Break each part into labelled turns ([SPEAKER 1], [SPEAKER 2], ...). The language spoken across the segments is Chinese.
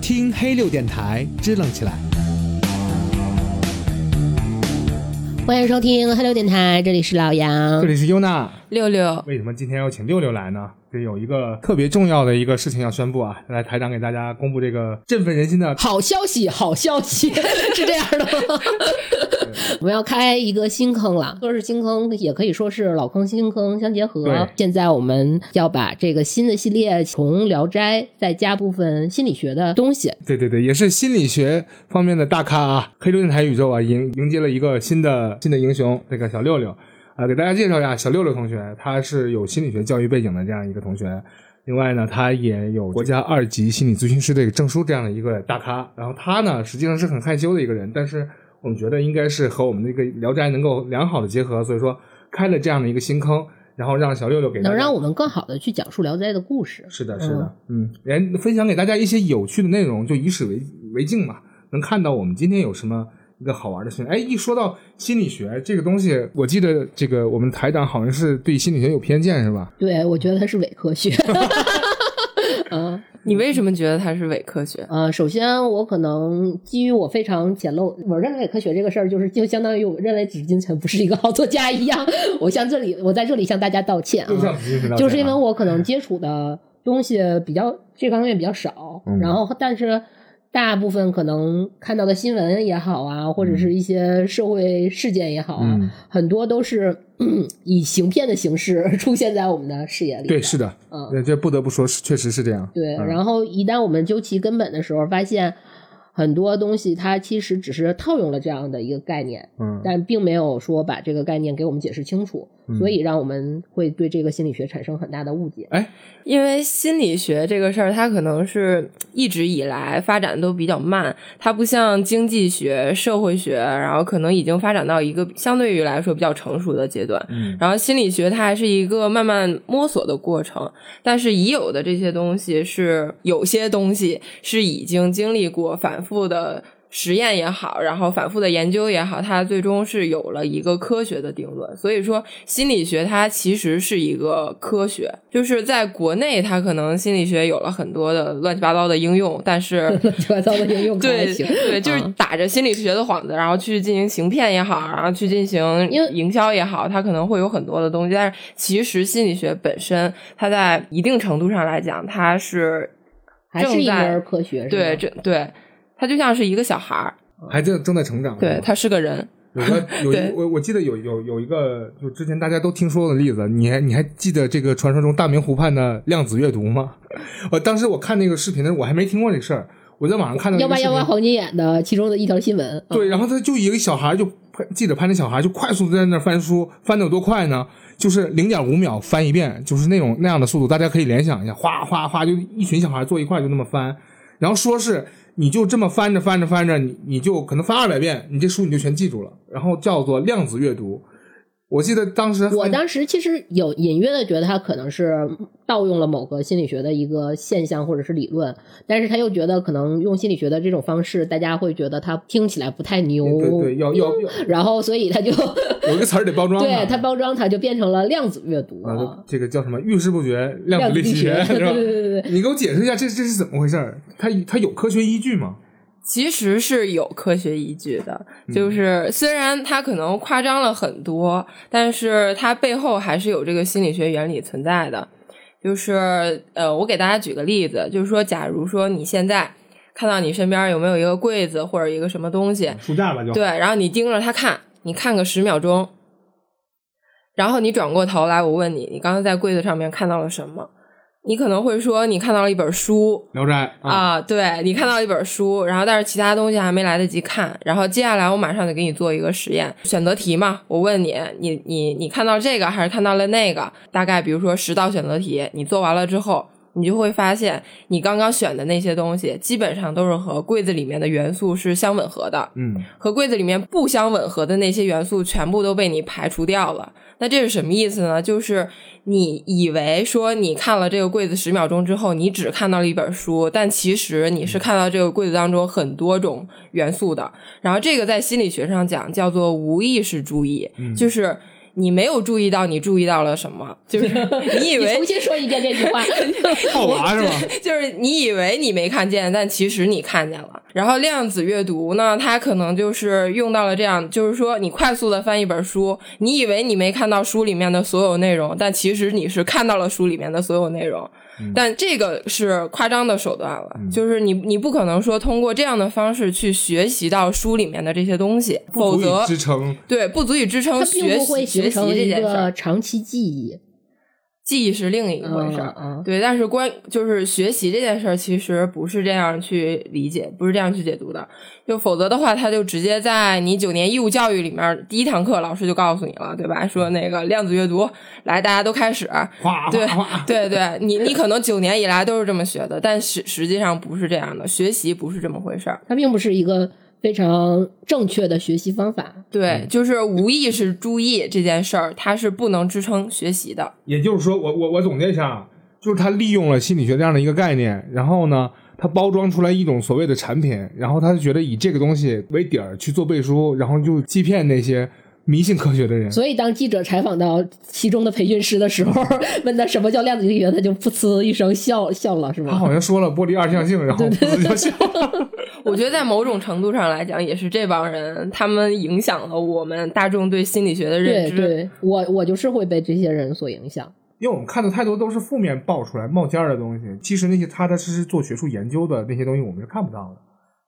[SPEAKER 1] 听黑六电台，支棱起来。
[SPEAKER 2] 欢迎收听黑六电台，这里是老
[SPEAKER 1] 这
[SPEAKER 2] 杨。
[SPEAKER 1] 里是优娜，
[SPEAKER 3] 六六，
[SPEAKER 1] 为什么今天要请六六来呢？这有一个特别重要的一个事情要宣布啊，来台长给大家公布这个振奋人心的
[SPEAKER 2] 好消息，好消 息，是这样的吗？ 我们要开一个新坑了，说是新坑，也可以说是老坑新坑相结合
[SPEAKER 1] 对。
[SPEAKER 2] 现在我们要把这个新的系列从《聊斋》再加部分心理学的东西，
[SPEAKER 1] 对对对，也是心理学方面的大咖啊，黑六电台宇宙啊，迎迎接了一个新的新的英雄，这个小六六啊、给大家介绍一下小六六同学，他是有心理学教育背景的这样一个同学。另外呢，他也有国家二级心理咨询师这个证书这样的一个大咖。然后他呢，实际上是很害羞的一个人，但是我们觉得应该是和我们这个《聊斋》能够良好的结合，所以说开了这样的一个新坑，然后让小六六给大
[SPEAKER 2] 能
[SPEAKER 1] 家
[SPEAKER 2] 让我们更好的去讲述《聊斋》的故事。
[SPEAKER 1] 是的，是的，嗯，连分享给大家一些有趣的内容，就以史为为镜嘛，能看到我们今天有什么一个好玩的事情。哎，一说到心理学这个东西，我记得这个我们台长好像是对心理学有偏见是吧？
[SPEAKER 2] 对，我觉得它是伪科学。 嗯，
[SPEAKER 3] 你为什么觉得它是伪科学？
[SPEAKER 2] 呃，首先我可能基于我非常简陋，我认为科学这个事儿，就是就相当于我认为紫金陈不是一个好作家一样，我向这里我在这里向大家道歉
[SPEAKER 1] 就像
[SPEAKER 2] 啊，就是因为
[SPEAKER 1] 我
[SPEAKER 2] 我可能接触的东西比较这方面比较少，
[SPEAKER 1] 嗯
[SPEAKER 2] 然后但是。大部分可能看到的新闻也好啊，或者是一些社会事件也好啊，
[SPEAKER 1] 嗯，
[SPEAKER 2] 很多都是、 嗯以行骗的形式出现在我们的视野里。
[SPEAKER 1] 对，是的，
[SPEAKER 2] 嗯，
[SPEAKER 1] 呃这不得不说是确实是这样。
[SPEAKER 2] 对，
[SPEAKER 1] 嗯
[SPEAKER 2] 然后一旦我们究其根本的时候，发现很多东西它其实只是套用了这样的一个概念，
[SPEAKER 1] 嗯，
[SPEAKER 2] 但并没有说把这个概念给我们解释清楚，
[SPEAKER 1] 嗯
[SPEAKER 2] 所以让我们会对这个心理学产生很大的误解。
[SPEAKER 3] 因为心理学这个事儿，它可能是一直以来发展都比较慢，它不像经济学、社会学，然后可能已经发展到一个相对于来说比较成熟的阶段。
[SPEAKER 1] 嗯
[SPEAKER 3] 然后心理学它还是一个慢慢摸索的过程，但是已有的这些东西是有些东西是已经经历过反复的实验也好，然后反复的研究也好，它最终是有了一个科学的定论。所以说，心理学它其实是一个科学，就是在国内它可能心理学有了很多的乱七八糟的应用，但是
[SPEAKER 2] 乱七八糟的应用可还
[SPEAKER 3] 对
[SPEAKER 2] 行，
[SPEAKER 3] 对，就是
[SPEAKER 2] 嗯
[SPEAKER 3] 打着心理学的幌子，然后去进行行骗也好，然后去进行
[SPEAKER 2] 因为
[SPEAKER 3] 营销也好，它可能会有很多的东西。但是其实心理学本身，它在一定程度上来讲，它是
[SPEAKER 2] 还是一
[SPEAKER 3] 正在
[SPEAKER 2] 门科学，是
[SPEAKER 3] 对
[SPEAKER 2] 吧
[SPEAKER 3] 这对，它就像是一个小孩儿，
[SPEAKER 1] 还正正在成长。
[SPEAKER 2] 嗯
[SPEAKER 3] 对，他是个人。
[SPEAKER 1] 有个有一
[SPEAKER 3] 对
[SPEAKER 1] 我我记得有有有一个就之前大家都听说的例子，你还你还记得这个传说中大明湖畔的量子阅读吗？ 我当时我看那个视频的时候，我还没听过这事儿，我在网上看到一
[SPEAKER 2] 幺
[SPEAKER 1] 个
[SPEAKER 2] 八
[SPEAKER 1] 视
[SPEAKER 2] 幺
[SPEAKER 1] 频
[SPEAKER 2] 八黄金眼的其中的一条新闻，嗯
[SPEAKER 1] 对，然后他就一个小孩就拍记者拍那小孩就快速地在那儿翻书，翻的有多快呢？就是零点五秒翻一遍，就是那种那样的速度，大家可以联想一下，哗哗哗，就一群小孩坐一块儿就那么翻，然后说是你就这么翻着翻着翻着，你你就可能翻二百遍，你这书你就全记住了，然后叫做量子阅读。我记得当时
[SPEAKER 2] 我
[SPEAKER 1] 还
[SPEAKER 2] 当时其实有隐约的觉得他可能是盗用了某个心理学的一个现象或者是理论，但是他又觉得可能用心理学的这种方式，大家会觉得他听起来不太牛，
[SPEAKER 1] 对对要要要
[SPEAKER 2] 然后所以 他就
[SPEAKER 1] 有一个词儿得包装它，
[SPEAKER 2] 嗯对他包装它就变成了量子阅读
[SPEAKER 1] 啊
[SPEAKER 2] 啊，，
[SPEAKER 1] 这个叫什么遇事不决，量子力
[SPEAKER 2] 力学，对
[SPEAKER 1] 是吧？
[SPEAKER 2] 对对对对。
[SPEAKER 1] 你给我解释一下这这是怎么回事儿？它它有科学依据吗？
[SPEAKER 3] 其实是有科学依据的，就是虽然它可能夸张了很多，但是它背后还是有这个心理学原理存在的。就是呃，我给大家举个例子，就是说，假如说你现在看到你身边有没有一个柜子或者一个什么东西，
[SPEAKER 1] 书架吧就
[SPEAKER 3] 对，然后你盯着它看，你看个十秒钟，然后你转过头来，我问你，你刚才在柜子上面看到了什么？你可能会说，你看到了一本书，
[SPEAKER 1] 聊斋
[SPEAKER 3] 啊，对你看到一本书，然后但是其他东西还没来得及看，然后接下来我马上就给你做一个实验，选择题嘛，我问你，你你你看到这个还是看到了那个？大概比如说十道选择题，你做完了之后，你就会发现你刚刚选的那些东西基本上都是和柜子里面的元素是相吻合的，
[SPEAKER 1] 嗯，
[SPEAKER 3] 和柜子里面不相吻合的那些元素全部都被你排除掉了。那这是什么意思呢？就是你以为说你看了这个柜子十秒钟之后，你只看到了一本书，但其实你是看到这个柜子当中很多种
[SPEAKER 2] 嗯
[SPEAKER 3] 元素的。然后这个在心理学上讲叫做无意识注意，就是你没有注意到，你注意到了什么？ 就是你以为
[SPEAKER 2] 重新说一遍这句 话，
[SPEAKER 1] 套娃是吧？
[SPEAKER 3] 就是你以为你没看见，但其实你看见了。然后量子阅读呢，它可能就是用到了这样，就是说你快速的翻一本书，你以为你没看到书里面的所有内容，但其实你是看到了书里面的所有内容。
[SPEAKER 1] 嗯
[SPEAKER 3] 但这个是夸张的手段了，就是你你不可能说通过这样的方式去学习到书里面的这些东西，否
[SPEAKER 1] 足以
[SPEAKER 3] 则
[SPEAKER 1] 支撑
[SPEAKER 3] 对不足以支撑
[SPEAKER 2] 它并
[SPEAKER 3] 学
[SPEAKER 2] 不会
[SPEAKER 3] 习
[SPEAKER 2] 形
[SPEAKER 3] 学习
[SPEAKER 2] 成
[SPEAKER 3] 这
[SPEAKER 2] 一
[SPEAKER 3] 件事
[SPEAKER 2] 个
[SPEAKER 3] 儿。
[SPEAKER 2] 长期记忆。
[SPEAKER 3] 记忆是另一回事儿，
[SPEAKER 2] 嗯嗯
[SPEAKER 3] 对，但是关就是学习这件事儿，其实不是这样去理解，不是这样去解读的。就否则的话，他就直接在你九年义务教育里面第一堂课，老师就告诉你了，对吧？说那个量子阅读，来，大家都开始。
[SPEAKER 1] 哗
[SPEAKER 3] 对
[SPEAKER 1] 哗哗，
[SPEAKER 3] 对对，你你可能九年以来都是这么学的，但实实际上不是这样的，学习不是这么回事儿。
[SPEAKER 2] 它并不是一个非常正确的学习方法。
[SPEAKER 3] 对，就是无意识注意这件事儿，它是不能支撑学习的。
[SPEAKER 1] 也就是说，我我我总结一下，啊，就是他利用了心理学这样的一个概念，然后呢，他包装出来一种所谓的产品，然后他就觉得以这个东西为底儿去做背书，然后就欺骗那些迷信科学的人。
[SPEAKER 2] 所以，当记者采访到其中的培训师的时候， 问他什么叫量子力学，他就噗呲一声笑笑了，是
[SPEAKER 1] 他
[SPEAKER 2] 吗？
[SPEAKER 1] 好像说了玻璃二象性，然后自己就笑了。
[SPEAKER 3] 我觉得在某种程度上来讲，也是这帮人他们影响了我们大众对心理学的认
[SPEAKER 2] 对
[SPEAKER 3] 知。
[SPEAKER 2] 对，我我就是会被这些人所影响。
[SPEAKER 1] 因为我们看的太多都是负面爆出来冒尖儿的东西，其实那些踏踏实实做学术研究的那些东西，我们是看不到的，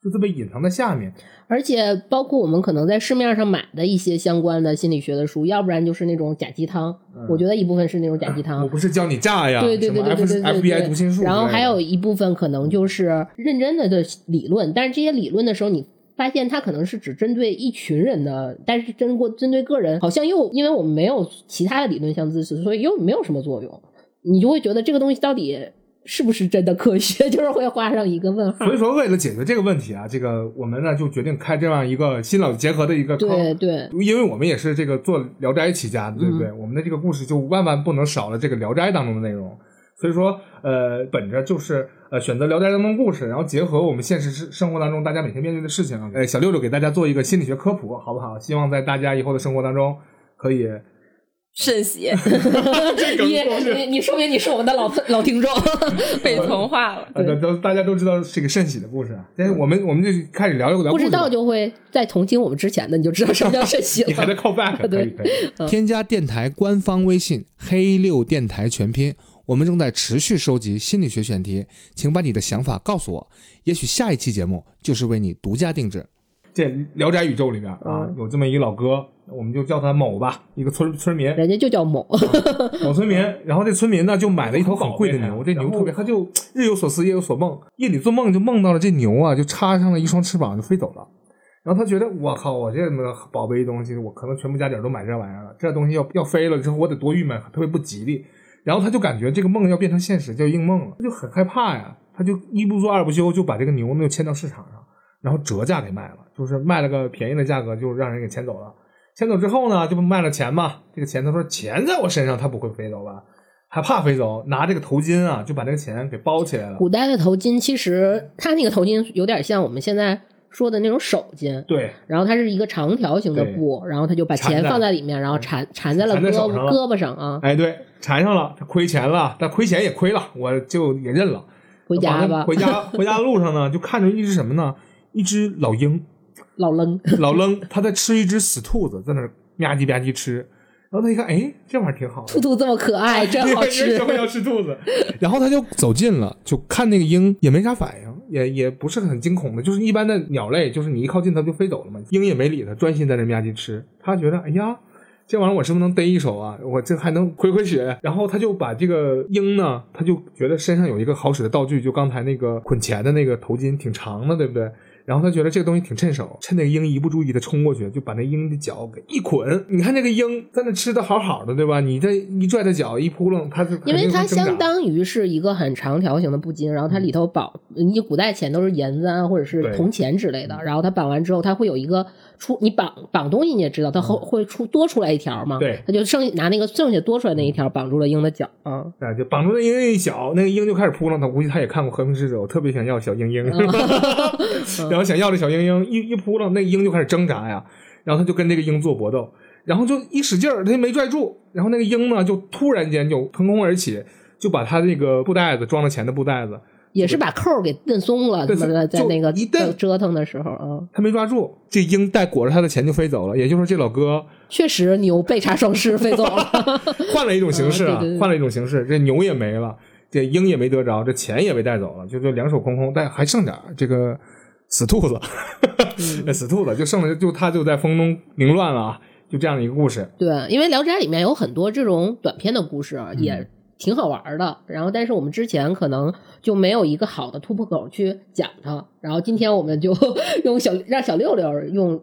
[SPEAKER 1] 就这么隐藏在下面。
[SPEAKER 2] 而且包括我们可能在市面上买的一些相关的心理学的书，要不然就是那种假鸡汤。
[SPEAKER 1] 嗯
[SPEAKER 2] 我觉得一部分是那种假鸡
[SPEAKER 1] 我
[SPEAKER 2] 汤，
[SPEAKER 1] 不是教你炸呀，
[SPEAKER 2] 对对对对对
[SPEAKER 1] 啊什
[SPEAKER 2] 对
[SPEAKER 1] 么 F
[SPEAKER 2] 对
[SPEAKER 1] FBI 读心术之类的，
[SPEAKER 2] 然后还有一部分可能就是认真的的理论，但是这些理论的时候，你发现它可能是只针对一群人的，但是针过针对个人，好像又因为我们没有其他的理论相支持，所以又没有什么作用，你就会觉得这个东西到底是不是真的科学，就是会画上一个问号
[SPEAKER 1] 所。以说，为了解决这个问题啊，这个我们呢就决定开这样一个心脑结合的一个
[SPEAKER 2] 对
[SPEAKER 1] 坑，
[SPEAKER 2] 对，
[SPEAKER 1] 因为我们也是这个做《聊斋》起家的，对不
[SPEAKER 2] 嗯
[SPEAKER 1] 对？我们的这个故事就万万不能少了这个《聊斋》当中的内容。所以说，呃，本着就是呃选择《聊斋》当中的故事，然后结合我们现实生生活当中大家每天面对的事情啊，呃，小六六给大家做一个心理学科普，好不好？希望在大家以后的生活当中可以
[SPEAKER 3] 慎 喜
[SPEAKER 1] 这
[SPEAKER 2] 你
[SPEAKER 1] 个故事。
[SPEAKER 2] 你你说明你是我们的老老 听众。
[SPEAKER 3] 被同化了。
[SPEAKER 1] 呃，都大家都知道这个慎喜的故事，啊，但是我们我们就开始聊一聊
[SPEAKER 2] 嗯不
[SPEAKER 1] 故事
[SPEAKER 2] 知
[SPEAKER 1] 吧
[SPEAKER 2] 道就会在同情我们之前的，你就知道什 么叫肾虚
[SPEAKER 1] 你还在
[SPEAKER 2] 了。
[SPEAKER 1] 靠 back，
[SPEAKER 2] 呃对嗯
[SPEAKER 1] 可以可以。添加电台官方微信“黑六电台”全拼，我们正在持续收集心理学选题，请把你的想法告诉我，也许下一期节目就是为你独家定制。这《聊斋宇宙》里面啊，
[SPEAKER 2] 嗯
[SPEAKER 1] 有这么一个老哥，我们就叫他某吧，一个村村民，
[SPEAKER 2] 人家就叫某，
[SPEAKER 1] 某村民。然后这村民呢，就买了一头很贵的牛，这牛特别，他就日有所思，夜有所梦，夜里做梦就梦到了这牛啊，就插上了一双翅膀就飞走了。然后他觉得，我靠，我这么宝贝东西，我可能全部家底儿都买这玩意儿了，这东西要要飞了之后，我得多郁闷，特别不吉利。然后他就感觉这个梦要变成现实，叫应梦了，他就很害怕呀，他就一不做二不休，就把这个牛呢又牵到市场上，然后折价给卖了，就是卖了个便宜的价格，就让人给牵走了。牵走之后呢，这不卖了钱嘛？这个钱他说钱在我身上，他不会飞走吧？还怕飞走？拿这个头巾啊，就把这个钱给包起来了。
[SPEAKER 2] 古代的头巾其实它那个头巾有点像我们现在说的那种手巾，
[SPEAKER 1] 对，
[SPEAKER 2] 然后它是一个长条形的
[SPEAKER 1] 对
[SPEAKER 2] 布，然后他就把
[SPEAKER 1] 缠
[SPEAKER 2] 钱
[SPEAKER 1] 在嗯
[SPEAKER 2] 放在里面，然后缠缠在了
[SPEAKER 1] 缠在
[SPEAKER 2] 胳
[SPEAKER 1] 手
[SPEAKER 2] 膊
[SPEAKER 1] 上了
[SPEAKER 2] 胳膊上啊，
[SPEAKER 1] 哎对，缠上了，他亏钱了，但亏钱也亏了，我就也认了。
[SPEAKER 2] 回家
[SPEAKER 1] 完了
[SPEAKER 2] 吧
[SPEAKER 1] 嗯回， 家回家路上呢，就看着一只什么呢？一只老鹰，
[SPEAKER 2] 老扔。
[SPEAKER 1] 老扔，它在吃一只死兔子，在那儿吧唧吧唧吃。然后他一看，哎，这玩意儿挺好的
[SPEAKER 2] 兔，兔这么可爱，真 好吃
[SPEAKER 1] 什。么要吃兔子？然后他就走近了，就看那个鹰也没啥反应，也也不是很惊恐的，就是一般的鸟类，就是你一靠近它就飞走了嘛。鹰也没理它，专心在那吧唧吃。他觉得，哎呀。这玩意儿我是不是能逮一手啊？我这还能回回血。然后他就把这个鹰呢，他就觉得身上有一个好使的道具，就刚才那个捆钱的那个头巾，挺长的，对不对？然后他觉得这个东西挺趁手，趁那个鹰一不注意，他冲过去就把那鹰的脚给一捆。你看这个鹰在那吃的好好的，对吧？你这一拽它脚一扑棱，它就
[SPEAKER 2] 因为
[SPEAKER 1] 肯定会
[SPEAKER 2] 它
[SPEAKER 1] 挣扎嗯
[SPEAKER 2] 相当于是一个很长条形的布巾，然后它里头绑，你古代钱都是银子啊，或者是
[SPEAKER 1] 对嗯
[SPEAKER 2] 铜钱之类的，然后它绑完之后，它会有一个出，你绑绑东西你也知道，它后会出多出来一条嘛，
[SPEAKER 1] 嗯对嗯
[SPEAKER 2] 它就剩拿那个剩下多出来那一条绑住了鹰的脚啊，
[SPEAKER 1] 啊，就绑住那鹰一脚，那个鹰就开始扑棱它。估计它也看过《和平使者》，我特别想要小鹰鹰， 是吧然后想要这小鹰鹰一一扑棱，那个鹰就开始挣扎呀。然后他就跟这个鹰做搏斗，然后就一使劲儿，他没拽住，然后那个鹰呢就突然间就腾空而起，就把他那个布袋子装了钱的布袋子，
[SPEAKER 2] 也是把扣儿给蹬松了，
[SPEAKER 1] 对
[SPEAKER 2] 怎么的，在
[SPEAKER 1] 就
[SPEAKER 2] 那个
[SPEAKER 1] 一蹬
[SPEAKER 2] 折腾的时候啊，
[SPEAKER 1] 他没抓住，这鹰带裹着他的钱就飞走了。也就是说，这老哥
[SPEAKER 2] 确实牛被查双尸飞走了，
[SPEAKER 1] 换了一种形式啊，
[SPEAKER 2] 啊对对对
[SPEAKER 1] 换了一种形式，这牛也没了，这鹰也没得着，这钱也被带走了，就就两手空空，但还剩点儿这个死兔子，
[SPEAKER 2] 嗯
[SPEAKER 1] 死兔子就剩了，就他就在风中凌乱了啊，就这样的一个故事。
[SPEAKER 2] 对，因为《聊斋》里面有很多这种短篇的故事啊，
[SPEAKER 1] 嗯
[SPEAKER 2] 也挺好玩儿的。然后，但是我们之前可能就没有一个好的突破口去讲它。然后今天我们就 用小让小六六用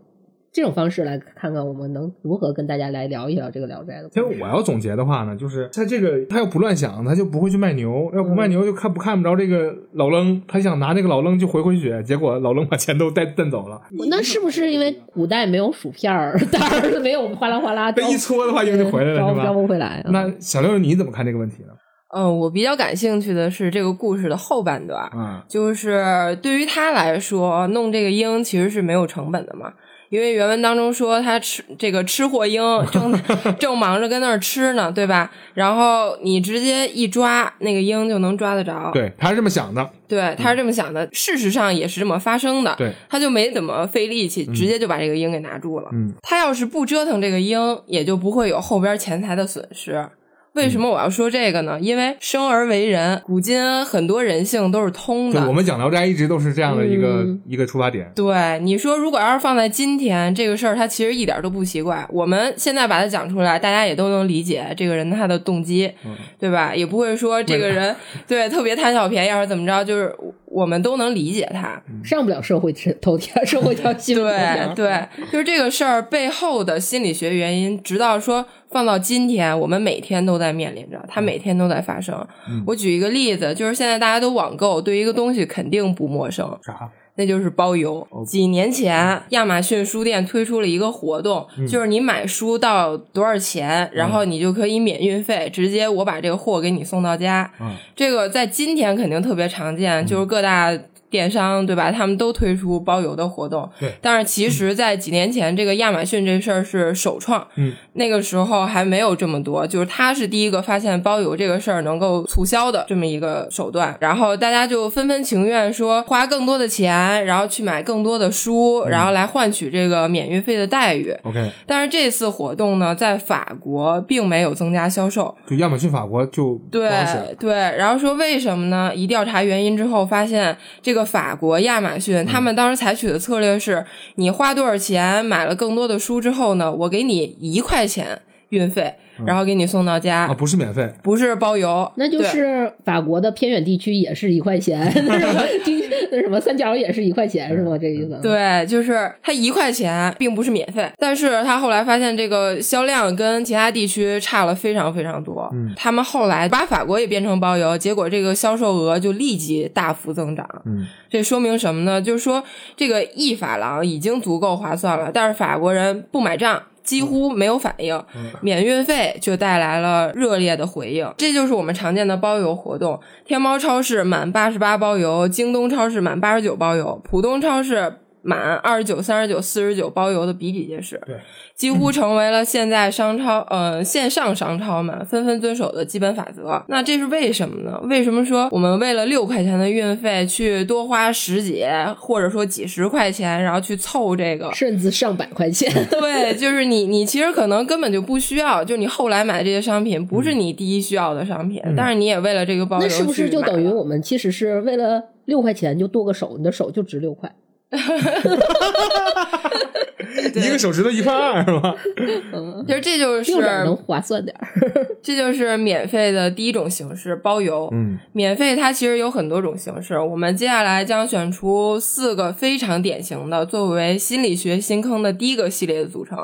[SPEAKER 2] 这种方式来看看我们能如何跟大家来聊一聊这个《聊斋》的
[SPEAKER 1] 其实
[SPEAKER 2] 故事。
[SPEAKER 1] 我要总结的话呢，就是他这个他要不乱想，他就不会去卖牛；要
[SPEAKER 2] 嗯
[SPEAKER 1] 不卖牛，就看不看不着这个老愣。他想拿那个老愣去回回血，结果老愣把钱都带蹬走了。
[SPEAKER 2] 那是不是因为古代没有薯片儿， 当然没有哗啦哗啦
[SPEAKER 1] 被
[SPEAKER 2] 招
[SPEAKER 1] 一搓的话，鹰就回来了，
[SPEAKER 2] 哎招
[SPEAKER 1] 是
[SPEAKER 2] 招
[SPEAKER 1] 吧？
[SPEAKER 2] 不回来啊？
[SPEAKER 1] 那小六，你怎么看这个问题呢？
[SPEAKER 3] 嗯，我比较感兴趣的是这个故事的后半段，
[SPEAKER 1] 啊，
[SPEAKER 3] 就是对于他来说，弄这个鹰其实是没有成本的嘛。因为原文当中说他吃这个吃货鹰正 正忙着跟那儿吃呢，对吧？然后你直接一抓那个鹰就能抓得着，
[SPEAKER 1] 对，他是这么想的，
[SPEAKER 3] 对他是这么想的。事实上也是这么发生的，
[SPEAKER 1] 对，
[SPEAKER 3] 他就没怎么费力气，直接就把这个鹰给拿住了。
[SPEAKER 1] 嗯，
[SPEAKER 3] 他要是不折腾这个鹰，也就不会有后边钱财的损失。为
[SPEAKER 1] 嗯
[SPEAKER 3] 什么我要说这个呢？因为生而为人，古今很多人性都是通
[SPEAKER 1] 就
[SPEAKER 3] 的。
[SPEAKER 1] 我们讲《聊斋》一直都是这样的一个、
[SPEAKER 2] 嗯
[SPEAKER 1] 一个出发点。
[SPEAKER 3] 对你说，如果要是放在今天这个事儿，它其实一点都不奇怪。我们现在把它讲出来，大家也都能理解这个人他的动机，
[SPEAKER 1] 嗯
[SPEAKER 3] 对吧？也不会说这个人对特别贪小便宜，要是怎么着，就是我们都能理解他。
[SPEAKER 2] 上不了社会头条，社会条新闻头条
[SPEAKER 3] 对对，就是这个事儿背后的心理学原因，直到说放到今天，我们每天都在面临着，它每天都在发生。
[SPEAKER 1] 嗯
[SPEAKER 3] 我举一个例子，就是现在大家都网购，对一个东西肯定不陌生，
[SPEAKER 1] 啥？
[SPEAKER 3] 那就是包邮。几年前，亚马逊书店推出了一个活动，就是你买书到多少钱，然后你就可以免运费，直接我把这个货给你送到家。
[SPEAKER 1] 嗯
[SPEAKER 3] 这个在今天肯定特别常见，就是各大。电商对吧？他们都推出包邮的活动，
[SPEAKER 1] 对嗯
[SPEAKER 3] 但是其实，在几年前，这个亚马逊这事儿是首创，
[SPEAKER 1] 嗯，
[SPEAKER 3] 那个时候还没有这么多，就是他是第一个发现包邮这个事儿能够促销的这么一个手段，然后大家就纷纷情愿说花更多的钱，然后去买更多的书，然后
[SPEAKER 1] 嗯
[SPEAKER 3] 来换取这个免运费的待遇。
[SPEAKER 1] OK，
[SPEAKER 3] 但是这次活动呢，在法国并没有增加销售，
[SPEAKER 1] 就亚马逊法国就
[SPEAKER 3] 对
[SPEAKER 1] 不好使
[SPEAKER 3] 对，然后说为什么呢？一调查原因之后，发现这个法国亚马逊他们当时采取的策略是，你花多少钱买了更多的书之后呢，我给你一块钱运费，然后给你送到家，
[SPEAKER 1] 啊，不是免费，
[SPEAKER 3] 不是包邮，
[SPEAKER 2] 那就
[SPEAKER 3] 对
[SPEAKER 2] 是法国的偏远地区也是一块 钱，那什么金那什么三角也是一块钱是吗？这意思？，
[SPEAKER 3] 对，就是它一块钱并不是免费，但是他后来发现这个销量跟其他地区差了非常非常多。
[SPEAKER 1] 嗯
[SPEAKER 3] 他们后来把法国也变成包邮，结果这个销售额就立即大幅增长。
[SPEAKER 1] 嗯，
[SPEAKER 3] 这说明什么呢？就是说这个一法郎已经足够划算了，但是法国人不买账。几乎没有反应，
[SPEAKER 1] 嗯
[SPEAKER 3] 免运费就带来了热烈的回应。这就是我们常见的包邮活动：天猫超市满八十八包邮，京东超市满八十九包邮，浦东超市满二十九、三十九、四十九包邮的比比皆是。
[SPEAKER 1] 对，
[SPEAKER 3] 几乎成为了现在商超，呃，线上商超们纷纷遵守的基本法则。那这是为什么呢？为什么说我们为了六块钱的运费去多花十几或者说几十块钱，然后去凑这个？
[SPEAKER 2] 甚至上百块钱。
[SPEAKER 3] 对，就是你，你其实可能根本就不需要，就你后来买的这些商品不是你第一需要的商品，但是你也为了这个包邮
[SPEAKER 2] 那
[SPEAKER 3] 去
[SPEAKER 2] 是不是就
[SPEAKER 3] 买
[SPEAKER 2] 等于
[SPEAKER 3] 了
[SPEAKER 2] 我们其实是为了六块钱就剁个手，你的手就值六块？
[SPEAKER 1] 一个手指头一块二是 吧？
[SPEAKER 2] 嗯，
[SPEAKER 3] 其实这就是
[SPEAKER 2] 六点能划算点儿。
[SPEAKER 3] 这就是免费的第一种形式，包邮。
[SPEAKER 1] 嗯
[SPEAKER 3] 免费它其实有很多种形式，我们接下来将选出四个非常典型的作为心理学新坑的第一个系列的组成。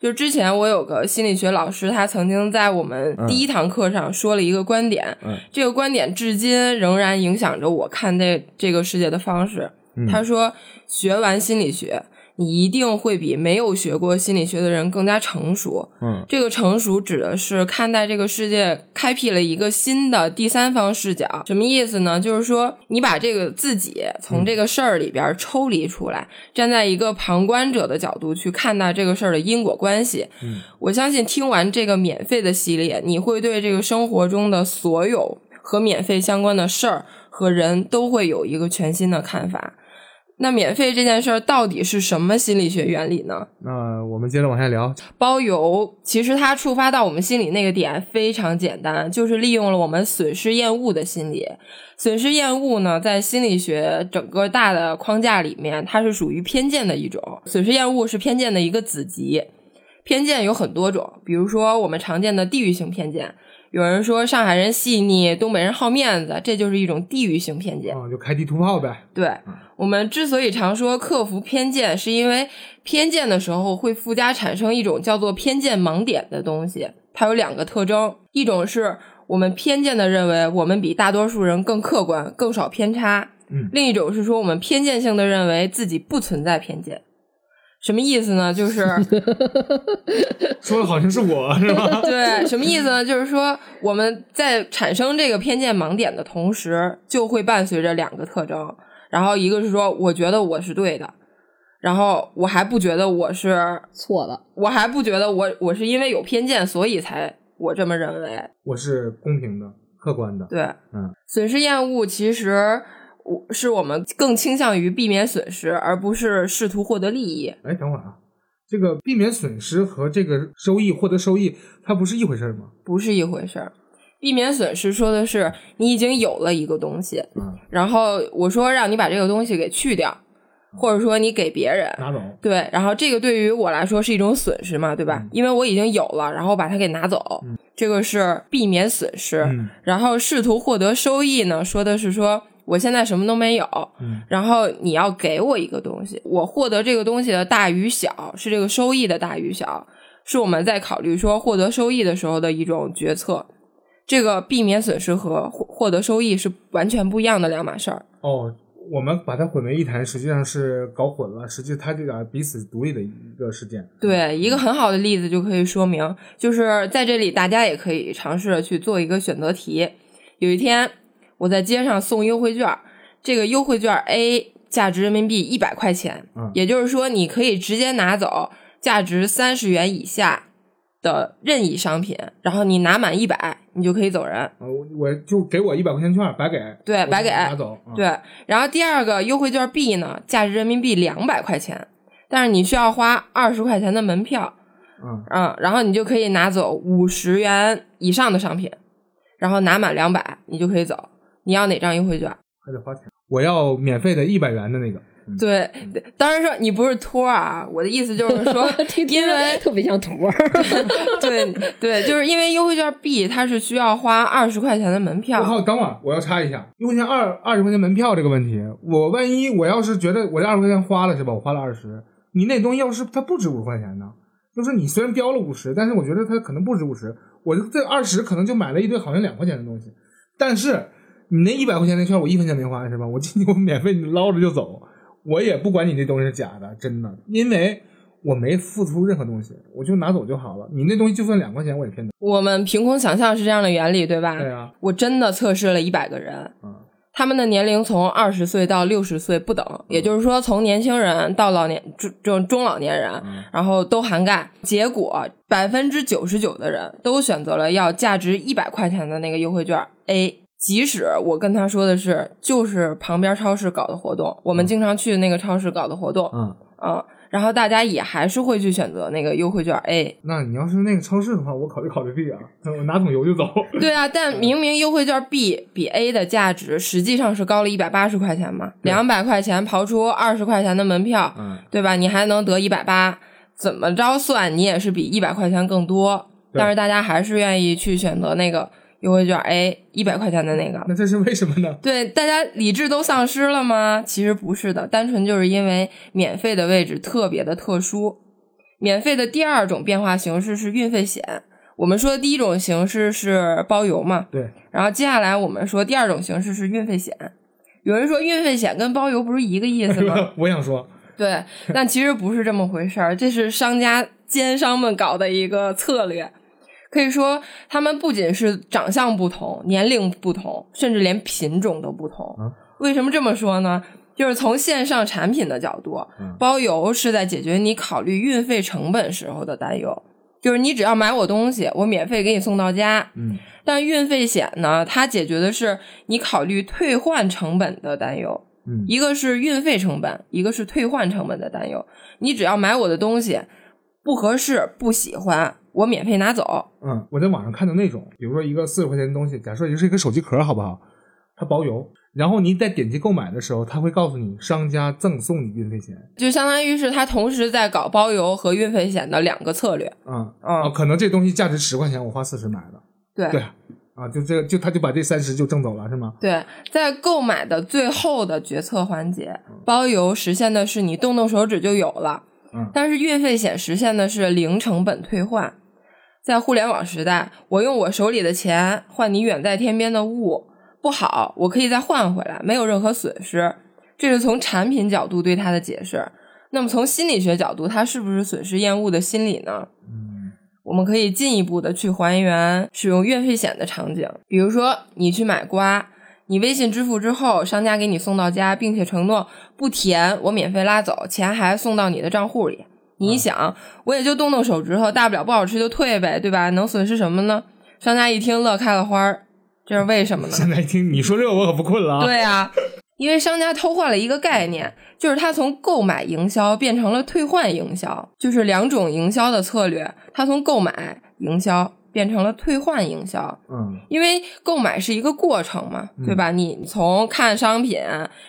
[SPEAKER 3] 就之前我有个心理学老师，他曾经在我们
[SPEAKER 1] 嗯
[SPEAKER 3] 第一堂课上说了一个观点，
[SPEAKER 1] 嗯
[SPEAKER 3] 这个观点至今仍然
[SPEAKER 1] 嗯
[SPEAKER 3] 影响着我看待这个世界的方式。他说，学完心理学，你一定会比没有学过心理学的人更加成熟。
[SPEAKER 1] 嗯
[SPEAKER 3] 这个成熟指的是看待这个世界开辟了一个新的第三方视角，什么意思呢？就是说你把这个自己从这个事儿里边抽离出来，站在一个旁观者的角度去看待这个事儿的因果关系。
[SPEAKER 1] 嗯，
[SPEAKER 3] 我相信听完这个免费的系列，你会对这个生活中的所有和免费相关的事儿和人都会有一个全新的看法。那免费这件事儿到底是什么心理学原理呢？
[SPEAKER 1] 那我们接着往 下聊。啊
[SPEAKER 3] 包邮，其实它触发到我们心里那个点非常简单，就是利用了我们损失厌恶的心理。损失厌恶呢，在心理学整个大的框架里面，它是属于偏见的一种。损失厌恶是偏见的一个子集。偏见有很多种，比如说我们常见的地域性偏见，有人说上海人细腻，东北人好面子，这就是一种地域性偏见。
[SPEAKER 1] 哦，就开地图炮呗。
[SPEAKER 3] 对我们之所以常说克服偏见，是因为偏见的时候会附加产生一种叫做偏见盲点的东西，它有两个特征，一种是我们偏见的认为我们比大多数人更客观，更少偏差
[SPEAKER 1] 嗯；
[SPEAKER 3] 另一种是说我们偏见性的认为自己不存在偏见。什么意思呢？就是
[SPEAKER 1] 说的好像是我是 吧？
[SPEAKER 3] 对，什么意思呢？就是说我们在产生这个偏见盲点的同时，就会伴随着两个特征，然后一个是说我觉得我是对的，然后我还不觉得我是，
[SPEAKER 2] 错 了，，
[SPEAKER 3] 我还不觉得我我是因为有偏见所以才我这么认为。
[SPEAKER 1] 我是公平的、客观的。
[SPEAKER 3] 对，
[SPEAKER 1] 嗯，
[SPEAKER 3] 损失厌恶其实我是我们更倾向于避免损失，而不是试图获得利益。
[SPEAKER 1] 哎，等会儿啊，这个避免损失和这个收益获得收益，它不是一回事儿吗？
[SPEAKER 3] 不是一回事儿。避免损失说的是你已经有了一个东西，
[SPEAKER 1] 嗯
[SPEAKER 3] 然后我说让你把这个东西给去掉，或者说你给别人，
[SPEAKER 1] 拿走。
[SPEAKER 3] 对，然后这个对于我来说是一种损失嘛，对吧？
[SPEAKER 1] 嗯
[SPEAKER 3] 因为我已经有了，然后把它给拿走，这个是避免损失。
[SPEAKER 1] 嗯
[SPEAKER 3] 然后试图获得收益呢，说的是说我现在什么都没有，
[SPEAKER 1] 嗯
[SPEAKER 3] 然后你要给我一个东西，我获得这个东西的大与小是这个收益的大与小，是我们在考虑说获得收益的时候的一种决策。这个避免损失和获获得收益是完全不一样的两码事儿。
[SPEAKER 1] 哦，我们把它混为一谈，实际上是搞混了。实际它这个彼此独立的一个事件。嗯
[SPEAKER 3] 对，一个很好的例子就可以说明，就是在这里大家也可以尝试着去做一个选择题。有一天我在街上送优惠券儿，这个优惠券儿 A 价值人民币一百块钱，
[SPEAKER 1] 嗯
[SPEAKER 3] 也就是说你可以直接拿走价值三十元以下的任意商品，然后你拿满一百，你就可以走人。
[SPEAKER 1] 呃，我我就给我一百块钱券，白给。
[SPEAKER 3] 对
[SPEAKER 1] 我
[SPEAKER 3] 白给
[SPEAKER 1] 拿走。啊，
[SPEAKER 3] 对，然后第二个优惠券 B 呢，价值人民币两百块钱，但是你需要花二十块钱的门票。
[SPEAKER 1] 嗯，
[SPEAKER 3] 嗯，然后你就可以拿走五十元以上的商品，然后拿满两百，你就可以走。你要哪张优惠券？
[SPEAKER 1] 还得花钱。我要免费的一百元的那个。嗯，
[SPEAKER 3] 对，当然说你不是托儿啊，我的意思就是 说
[SPEAKER 2] 听
[SPEAKER 3] 因为
[SPEAKER 2] 特别像图儿，
[SPEAKER 3] 对对，就是因为优惠券 B 它是需要花二十块钱的门
[SPEAKER 1] 我
[SPEAKER 3] 票，
[SPEAKER 1] 靠，等会儿我要插一下，优惠券二二十块钱门票这个问题，我万一我要是觉得我这二十块钱花了是吧？我花了二十，你那东西要是它不值五十块钱呢？就是你虽然标了五十，但是我觉得它可能不值五十，我就这二十可能就买了一堆好像两块钱的东西，但是你那一百块钱那券我一分钱没花是吧？我 进去我免费捞着就走，我也不管你那东西是假的真的，因为我没付出任何东西，我就拿走就好了。你那东西就算两块钱我也骗走。
[SPEAKER 3] 我们凭空想象是这样的原理，对吧？
[SPEAKER 1] 对啊，
[SPEAKER 3] 我真的测试了一百个人，
[SPEAKER 1] 嗯
[SPEAKER 3] 他们的年龄从二十岁到六十岁不等，也就是说从年轻人到老年中中中老年人，
[SPEAKER 1] 嗯
[SPEAKER 3] 然后都涵盖。结果百分之九十九的人都选择了要价值一百块钱的那个优惠券 A。即使我跟他说的是，就是旁边超市搞的活动，我们经常去那个超市搞的活动，
[SPEAKER 1] 嗯。
[SPEAKER 3] 嗯，然后大家也还是会去选择那个优惠券 A。
[SPEAKER 1] 那你要是那个超市的话，我考虑考虑 B 啊， 我拿桶油就走。
[SPEAKER 3] 对啊，但
[SPEAKER 1] 嗯
[SPEAKER 3] 明明优惠券 B 比 A 的价值实际上是高了一百八十块钱嘛，
[SPEAKER 1] 对
[SPEAKER 3] 两百块钱刨出二十块钱的门票，
[SPEAKER 1] 嗯，
[SPEAKER 3] 对吧？你还能得一百八，怎么着算你也是比一百块钱更多，
[SPEAKER 1] 对
[SPEAKER 3] 但是大家还是愿意去选择那个优惠券 A 一百块钱的那个。
[SPEAKER 1] 那这是为什么呢？
[SPEAKER 3] 对，大家理智都丧失了吗？其实不是的，单纯就是因为免费的位置特别的特殊。免费的第二种变化形式是运费险，我们说的第一种形式是包邮嘛，
[SPEAKER 1] 对，
[SPEAKER 3] 然后接下来我们说第二 种形式是运费险。有人说运费险跟包邮不是一个意思吗？
[SPEAKER 1] 我想说，
[SPEAKER 3] 对，但其实不是这么回事儿，这是商家奸商们搞的一个策略。可以说，他们不仅是长相不同、年龄不同，甚至连品种都不同。
[SPEAKER 1] 嗯
[SPEAKER 3] 为什么这么说呢？就是从线上产品的角度
[SPEAKER 1] 嗯，
[SPEAKER 3] 包邮是在解决你考虑运费成本时候的担忧。就是你只要买我东西，我免费给你送到家。
[SPEAKER 1] 嗯
[SPEAKER 3] 但运费险呢，它解决的是你考虑退换成本的担忧。
[SPEAKER 1] 嗯
[SPEAKER 3] 一个是运费成本，一个是退换成本的担忧。你只要买我的东西不合适、不喜欢，我免费拿走。
[SPEAKER 1] 嗯，我在网上看到那种，比如说一个四十块钱的东西，假设就是一个手机壳，好不好？它包邮，然后你在点击购买的时候，它会告诉你商家赠送你运费险。
[SPEAKER 3] 就相当于是他同时在搞包邮和运费险的两个策略。
[SPEAKER 1] 嗯，啊，
[SPEAKER 3] 嗯，
[SPEAKER 1] 可能这东西价值十块钱，我花四十买的。
[SPEAKER 3] 对
[SPEAKER 1] 对啊，就这就他就把这三十就挣走了，是吗？
[SPEAKER 3] 对，在购买的最后的决策环节，包邮实现的是你动动手指就有了，
[SPEAKER 1] 嗯
[SPEAKER 3] 但是运费险实现的是零成本退换。在互联网时代，我用我手里的钱换你远在天边的物，不好，我可以再换回来，没有任何损失。这是从产品角度对它的解释。那么从心理学角度，它是不是损失厌恶的心理呢？
[SPEAKER 1] 嗯
[SPEAKER 3] 我们可以进一步的去还原使用运费险的场景，比如说你去买瓜，你微信支付之后，商家给你送到家，并且承诺不甜，我免费拉走，钱还送到你的账户里。你想，我也就动动手指头，大不了不好吃就退呗，对吧？能损失什么呢？商家一听乐开了花儿，这是为什么呢？
[SPEAKER 1] 现在一听你说这，我可不困了啊。，
[SPEAKER 3] 对啊，因为商家偷换了一个概念，就是他从购买营销变成了退换营销，就是两种营销的策略。他从购买营销变成了退换营销，
[SPEAKER 1] 嗯
[SPEAKER 3] 因为购买是一个过程嘛，对吧？你从看商品，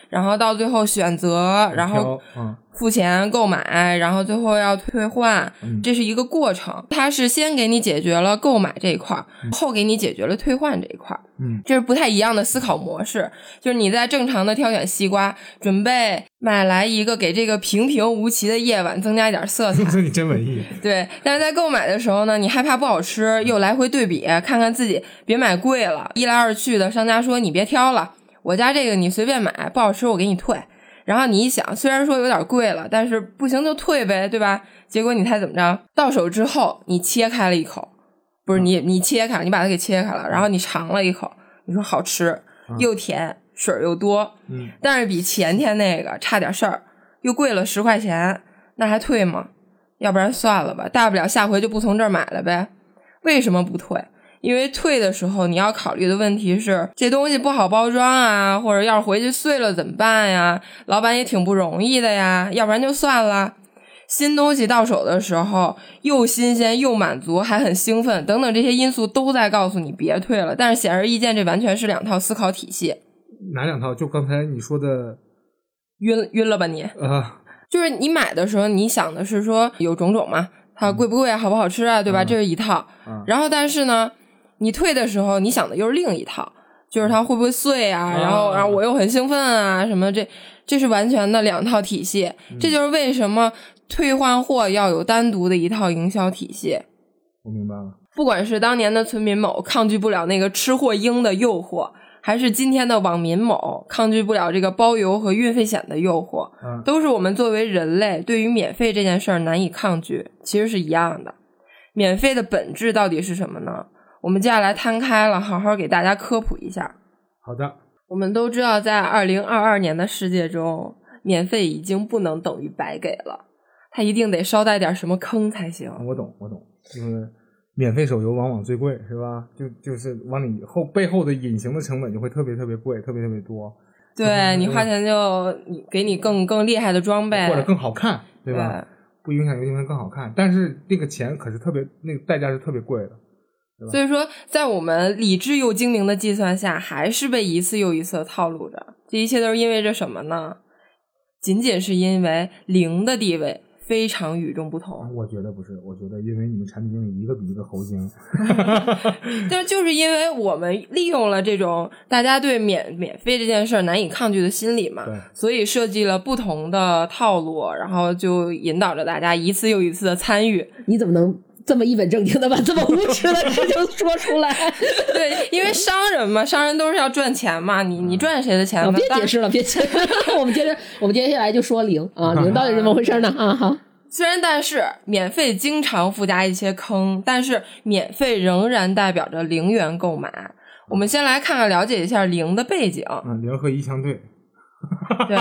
[SPEAKER 3] 然后到最后选择，然后
[SPEAKER 1] 挑嗯
[SPEAKER 3] 付钱购买，然后最后要退换
[SPEAKER 1] 嗯，
[SPEAKER 3] 这是一个过程。它是先给你解决了购买这一块儿，后给你解决了退换这一块儿。
[SPEAKER 1] 嗯，
[SPEAKER 3] 这是不太一样的思考模式。就是你在正常的挑选西瓜，准备买来一个给这个平平无奇的夜晚增加一点色彩
[SPEAKER 1] 这你真文艺。
[SPEAKER 3] 对。但是在购买的时候呢，你害怕不好吃，又来回对比，看看自己别买贵了。一来二去的，商家说你别挑了，我家这个你随便买，不好吃我给你退。然后你一想，虽然说有点贵了，但是不行就退呗，对吧？结果你猜怎么着？到手之后，你切开了一口，不是你你切开，你把它给切开了，然后你尝了一口，你说好吃，又甜，水儿又多，
[SPEAKER 1] 嗯
[SPEAKER 3] 但是比前天那个差点事儿，又贵了十块钱，那还退吗？要不然算了吧，大不了下回就不从这儿买了呗。为什么不退？因为退的时候你要考虑的问题是这东西不好包装啊，或者要是回去碎了怎么办呀？老板也挺不容易的呀，要不然就算了。新东西到手的时候又新鲜又满足，还很兴奋，等等这些因素都在告诉你别退了。但是显而易见，这完全是两套思考体系。
[SPEAKER 1] 哪两套？就刚才你说的
[SPEAKER 3] 晕晕了吧你？
[SPEAKER 1] 啊，
[SPEAKER 3] 就是你买的时候，你想的是说有种种嘛，它贵不贵啊，好不好吃啊，对吧？
[SPEAKER 1] 嗯
[SPEAKER 3] 这是一套。
[SPEAKER 1] 嗯
[SPEAKER 3] 然后但是呢，你退的时候，你想的又是另一套，就是它会不会碎啊？
[SPEAKER 1] 啊
[SPEAKER 3] 然后然后我又很兴奋啊，什么这这是完全的两套体系。
[SPEAKER 1] 嗯
[SPEAKER 3] 这就是为什么退换货要有单独的一套营销体系。
[SPEAKER 1] 我明白了。
[SPEAKER 3] 不管是当年的村民某抗拒不了那个吃货鹰的诱惑，还是今天的网民某抗拒不了这个包邮和运费险的诱惑，
[SPEAKER 1] 嗯
[SPEAKER 3] 都是我们作为人类对于免费这件事儿难以抗拒，其实是一样的。免费的本质到底是什么呢？我们接下来摊开了，好好给大家科普一下。
[SPEAKER 1] 好的，
[SPEAKER 3] 我们都知道，在二零二二年的世界中，免费已经不能等于白给了，它一定得捎带点什么坑才行。
[SPEAKER 1] 我懂，我懂，就是免费手游往往最贵，是吧？就就是往里后背后的隐形的成本就会特别特别贵，特别特别多，
[SPEAKER 3] 对你花钱就你给你更更厉害的装备，
[SPEAKER 1] 嗯或者更好看，对
[SPEAKER 3] 对
[SPEAKER 1] 吧？？不影响游戏会更好看，但是那个钱可是特别，那个代价是特别贵的。
[SPEAKER 3] 所以说，在我们理智又精明的计算下，还是被一次又一次的套路着。这一切都是因为这什么呢？仅仅是因为零的地位非常与众不 同，
[SPEAKER 1] 啊我觉得不是，我觉得因为你们产品经理一个比一个猴精，
[SPEAKER 3] 但就是因为我们利用了这种大家对免免费这件事儿难以抗拒的心理嘛，
[SPEAKER 1] 对，
[SPEAKER 3] 所以设计了不同的套路，然后就引导着大家一次又一次的参与。
[SPEAKER 2] 你怎么能这么一本正经的把这么无耻的事情说出来，
[SPEAKER 3] 对，因为商人嘛，商人都是要赚钱嘛，你你赚谁的钱
[SPEAKER 2] 啊
[SPEAKER 3] 呢？
[SPEAKER 2] 别
[SPEAKER 3] 当
[SPEAKER 2] 解释了，别解释了， 我们接着，我们接下来就说零啊，零到底是怎么回事呢？啊，好，
[SPEAKER 3] 虽然但是免费经常附加一些坑，但是免费仍然代表着零元购买。我们先来看看了解一下零的背景。
[SPEAKER 1] 啊，零和一相对，
[SPEAKER 3] 对，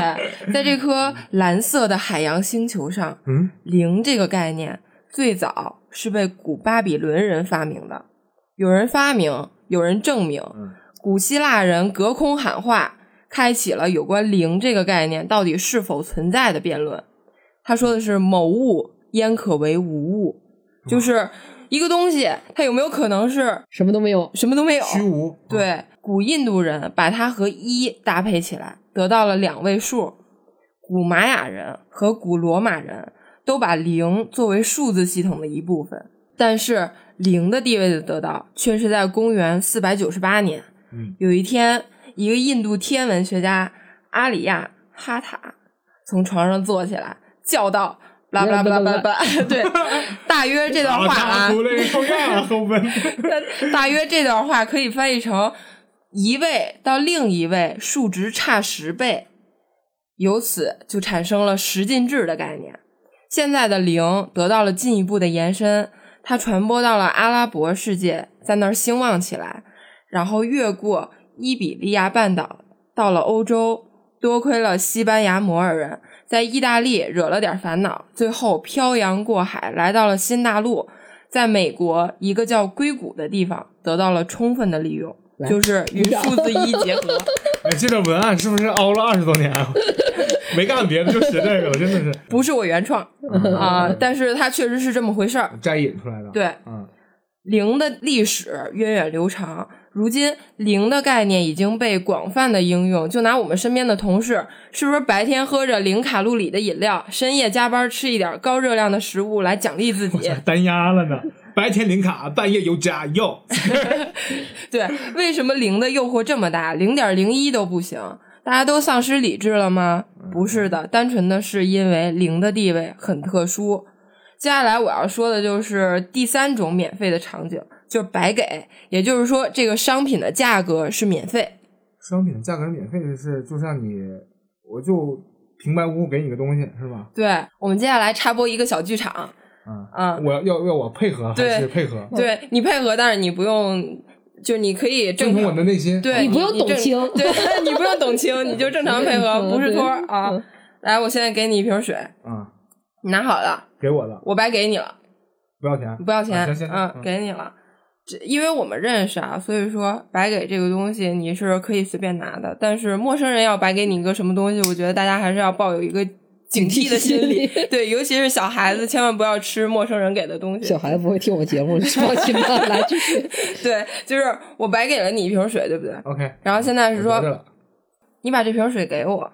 [SPEAKER 3] 在这颗蓝色的海洋星球上，
[SPEAKER 1] 嗯，
[SPEAKER 3] 零这个概念最早是被古巴比伦人发明的，有人发明，有人证明
[SPEAKER 1] 嗯。
[SPEAKER 3] 古希腊人隔空喊话，开启了有关零这个概念到底是否存在的辩论。他说的是某物焉可为无物，
[SPEAKER 1] 嗯
[SPEAKER 3] 就是一个东西它有没有可能是
[SPEAKER 2] 什么都没有，
[SPEAKER 3] 什么都没有？
[SPEAKER 1] 虚无，
[SPEAKER 3] 对，古印度人把它和一搭配起来，得到了两位数。古玛雅人和古罗马人都把零作为数字系统的一部分，但是零的地位的得到却是在公元四百九十八年。
[SPEAKER 1] 嗯，
[SPEAKER 3] 有一天，一个印度天文学家阿里亚哈塔从床上坐起来，叫道：“巴拉巴拉巴拉巴拉。”对，大约这段话啊，
[SPEAKER 1] 读了一个样后文，
[SPEAKER 3] 大约这段话可以翻译成一位到另一位数值差十倍，由此就产生了十进制的概念。现在的零得到了进一步的延伸，它传播到了阿拉伯世界，在那儿兴旺起来，然后越过伊比利亚半岛到了欧洲。多亏了西班牙摩尔人在意大利惹了点烦恼，最后漂洋过海来到了新大陆，在美国一个叫硅谷的地方得到了充分的利用，
[SPEAKER 2] 来
[SPEAKER 3] 就是与
[SPEAKER 2] 鼓掌
[SPEAKER 3] 数字一结合。
[SPEAKER 1] 哎，这个文案是不是熬了二十多年啊？ 没干别的，就写这个了，真的是
[SPEAKER 3] 不是我原创 啊、
[SPEAKER 1] 嗯
[SPEAKER 3] 但是它确实是这么回事儿。
[SPEAKER 1] 摘引出来的。，
[SPEAKER 3] 对，
[SPEAKER 1] 嗯，
[SPEAKER 3] 零的历史源远流长，如今零的概念已经被广泛的应用。就拿我们身边的同事，是不是白天喝着零卡路里的饮料，深夜加班吃一点高热量的食物来奖励自己？
[SPEAKER 1] 单压了呢，白天零卡，半夜有加药。
[SPEAKER 3] 对，为什么零的诱惑这么大？零点零一都不行，大家都丧失理智了吗？不是
[SPEAKER 1] 嗯
[SPEAKER 3] 的，单纯的是因为零的地位很特殊。接下来我要说的就是第三种免费的场景，就是白给，也就是说这个商品的价格是免费。
[SPEAKER 1] 商品价格是免费的是，就像你，我就平白无故给你个东西，是吧？
[SPEAKER 3] 对我们接下来插播一个小剧场，
[SPEAKER 1] 嗯，
[SPEAKER 3] 啊，
[SPEAKER 1] 我要要要我配合还是
[SPEAKER 3] 对
[SPEAKER 1] 配合？
[SPEAKER 3] 对你配合，但是你不用，就你可以
[SPEAKER 1] 遵
[SPEAKER 3] 正
[SPEAKER 1] 从我
[SPEAKER 3] 常
[SPEAKER 1] 的内心。
[SPEAKER 3] 对
[SPEAKER 2] 你不用
[SPEAKER 3] 你正
[SPEAKER 2] 懂清
[SPEAKER 3] 对 你不用懂情，你就正常配合，
[SPEAKER 2] 嗯
[SPEAKER 3] 不是托儿
[SPEAKER 2] 对
[SPEAKER 3] 啊
[SPEAKER 2] 嗯。
[SPEAKER 3] 来，我现在给你一瓶水，
[SPEAKER 1] 啊，
[SPEAKER 3] 你拿好了，
[SPEAKER 1] 给我的，
[SPEAKER 3] 我白给你了，
[SPEAKER 1] 不要钱，
[SPEAKER 3] 不要
[SPEAKER 1] 啊
[SPEAKER 3] 钱，
[SPEAKER 1] 行行，
[SPEAKER 3] 嗯，，给你了。这因为我们认识啊，所以说白给这个东西你是可以随便拿的，但是陌生人要白给你一个什么东西，我觉得大家还是要抱有一个警惕的心理， 嗯对，尤其是小孩子，千万不要吃陌生人给的东西
[SPEAKER 2] 小。孩子不会听我节目， 放心吧，来继续。
[SPEAKER 3] 对，就是我白给了你一瓶水，对不对？
[SPEAKER 1] OK。
[SPEAKER 3] 然后现在是
[SPEAKER 1] 我得着
[SPEAKER 3] 说
[SPEAKER 1] 了
[SPEAKER 3] 你把这瓶水给我，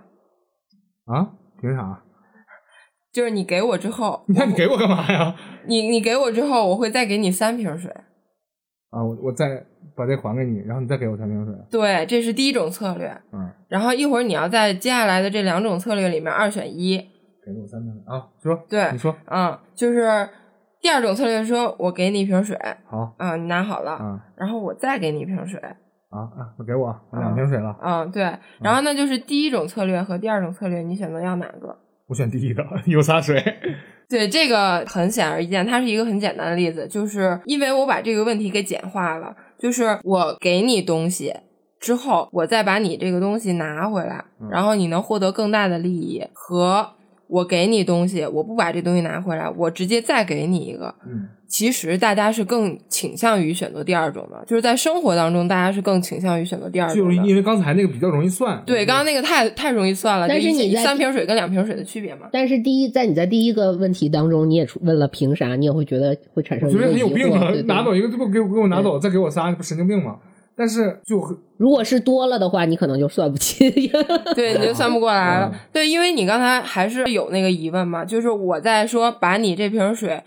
[SPEAKER 1] 啊？凭啥？
[SPEAKER 3] 就是你给我之后，
[SPEAKER 1] 你看你给我干嘛呀？
[SPEAKER 3] 你你给我之后，我会再给你三瓶水。
[SPEAKER 1] 啊，我我再把这还给你，然后你再给我三瓶水。
[SPEAKER 3] 对，这是第一种策略。
[SPEAKER 1] 嗯，
[SPEAKER 3] 然后一会儿你要在接下来的这两种策略里面二选一。
[SPEAKER 1] 给了我三瓶水啊？说，
[SPEAKER 3] 对
[SPEAKER 1] 你说
[SPEAKER 3] 嗯，就是第二种策略说，我给你一瓶水，
[SPEAKER 1] 好
[SPEAKER 3] 啊、你拿好了，
[SPEAKER 1] 啊
[SPEAKER 3] 然后我再给你一瓶水，
[SPEAKER 1] 啊啊！给我我两瓶水了，
[SPEAKER 3] 嗯，对。然后那就是第一种策略和第二种策略，你选择要哪个？
[SPEAKER 1] 我选第一个，有洒水。
[SPEAKER 3] 对，这个很显而易见，它是一个很简单的例子，就是因为我把这个问题给简化了，就是我给你东西之后，我再把你这个东西拿回来
[SPEAKER 1] 嗯，
[SPEAKER 3] 然后你能获得更大的利益，和我给你东西，我不把这东西拿回来，我直接再给你一个。
[SPEAKER 1] 嗯，
[SPEAKER 3] 其实大家是更倾向于选择第二种的，就是在生活当中，大家是更倾向于选择第二
[SPEAKER 1] 就
[SPEAKER 3] 种
[SPEAKER 1] 是
[SPEAKER 3] 的。
[SPEAKER 1] 因为刚才那个比较容易算。
[SPEAKER 3] 对，刚刚那个太太容易算了，
[SPEAKER 2] 但是
[SPEAKER 3] 就一
[SPEAKER 2] 你在
[SPEAKER 3] 三瓶水跟两瓶水的区 别嘛。
[SPEAKER 2] 但是第一，在你在第一个问题当中，你也出问了凭啥，你也会觉得会产生
[SPEAKER 1] 我
[SPEAKER 2] 一
[SPEAKER 1] 觉得
[SPEAKER 2] 个
[SPEAKER 1] 很
[SPEAKER 2] 疑
[SPEAKER 1] 有病啊
[SPEAKER 2] 惑。对，对
[SPEAKER 1] 拿走一个就不给我给我拿走，再给我仨，这不神经病吗？但是就很
[SPEAKER 2] 如果是多了的话，你可能就算不清。
[SPEAKER 3] 对，你就算不过来了
[SPEAKER 1] 嗯。
[SPEAKER 3] 对，因为你刚才还是有那个疑问嘛，就是我在说把你这瓶水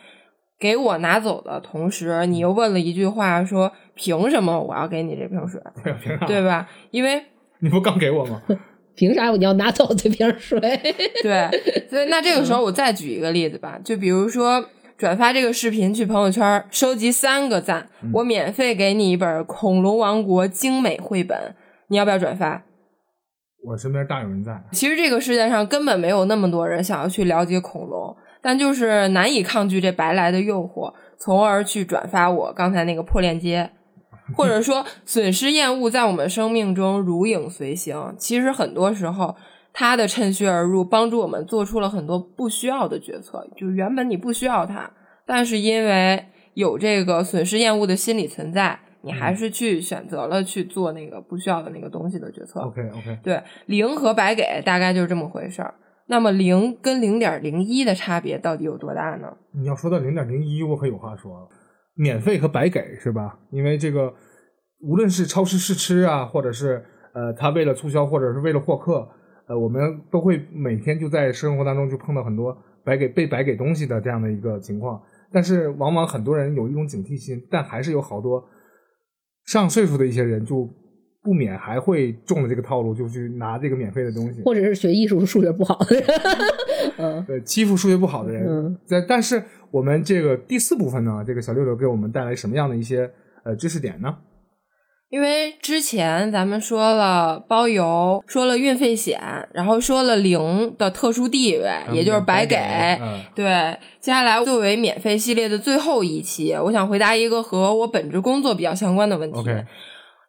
[SPEAKER 3] 给我拿走的同时，你又问了一句话说，凭什么我要给你这瓶水，
[SPEAKER 1] 对凭啥？
[SPEAKER 3] 对吧？因为
[SPEAKER 1] 你不刚给我吗？
[SPEAKER 2] 凭啥你要拿走这瓶水？
[SPEAKER 3] 对，所以那这个时候我再举一个例子吧，就比如说转发这个视频去朋友圈，收集三个赞，我免费给你一本《恐龙王国》精美绘本，你要不要转发？
[SPEAKER 1] 我身边大有人在，
[SPEAKER 3] 其实这个世界上根本没有那么多人想要去了解恐龙，但就是难以抗拒这白来的诱惑，从而去转发我刚才那个破链接，或者说损失厌恶在我们生命中如影随形。其实很多时候，它的趁虚而入，帮助我们做出了很多不需要的决策，就是原本你不需要它，但是因为有这个损失厌恶的心理存在。你还是去选择了去做那个不需要的那个东西的决策。
[SPEAKER 1] OK OK，
[SPEAKER 3] 对，零和白给大概就是这么回事儿。那么零跟零点零一的差别到底有多大呢？
[SPEAKER 1] 你要说到零点零一，我可有话说了。免费和白给是吧？因为这个，无论是超市试吃啊，或者是呃，他为了促销，或者是为了获客，呃，我们都会每天就在生活当中就碰到很多白给被白给东西的这样的一个情况。但是往往很多人有一种警惕心，但还是有好多上岁数的一些人就不免还会中了这个套路，就去拿这个免费的东西。
[SPEAKER 2] 或者是学艺术数学不好的人， 嗯
[SPEAKER 1] 对，欺负数学不好的人
[SPEAKER 2] 嗯。
[SPEAKER 1] 但、但是我们这个第四部分呢，这个小六六给我们带来什么样的一些呃知识点呢？
[SPEAKER 3] 因为之前咱们说了包邮，说了运费险，然后说了零的特殊地位，也就是白给。
[SPEAKER 1] 嗯
[SPEAKER 3] 对，接下来作为免费系列的最后一期，我想回答一个和我本职工作比较相关的问题。
[SPEAKER 1] OK，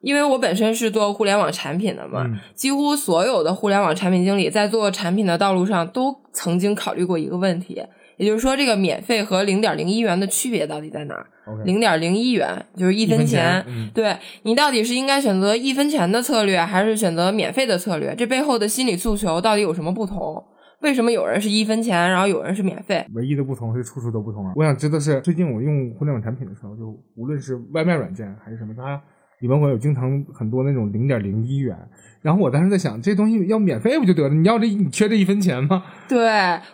[SPEAKER 3] 因为我本身是做互联网产品的嘛，
[SPEAKER 1] 嗯
[SPEAKER 3] 几乎所有的互联网产品经理在做产品的道路上都曾经考虑过一个问题，也就是说，这个免费和零点零一元的区别到底在哪儿？
[SPEAKER 1] ，OK，
[SPEAKER 3] 零点零一元就是一
[SPEAKER 1] 一分
[SPEAKER 3] 分钱。
[SPEAKER 1] 嗯
[SPEAKER 3] 对你到底是应该选择一分钱的策略，还是选择免费的策略？这背后的心理诉求到底有什么不同？为什么有人是一分钱，然后有人是免费？
[SPEAKER 1] 唯一的不同是处处都不同啊！我想知道是最近我用互联网产品的时候，就无论是外卖软件还是什么，它里面会有经常很多那种零点零一元。然后我当时在想，这东西要免费不就得了？你要这你缺这一分钱吗？
[SPEAKER 3] 对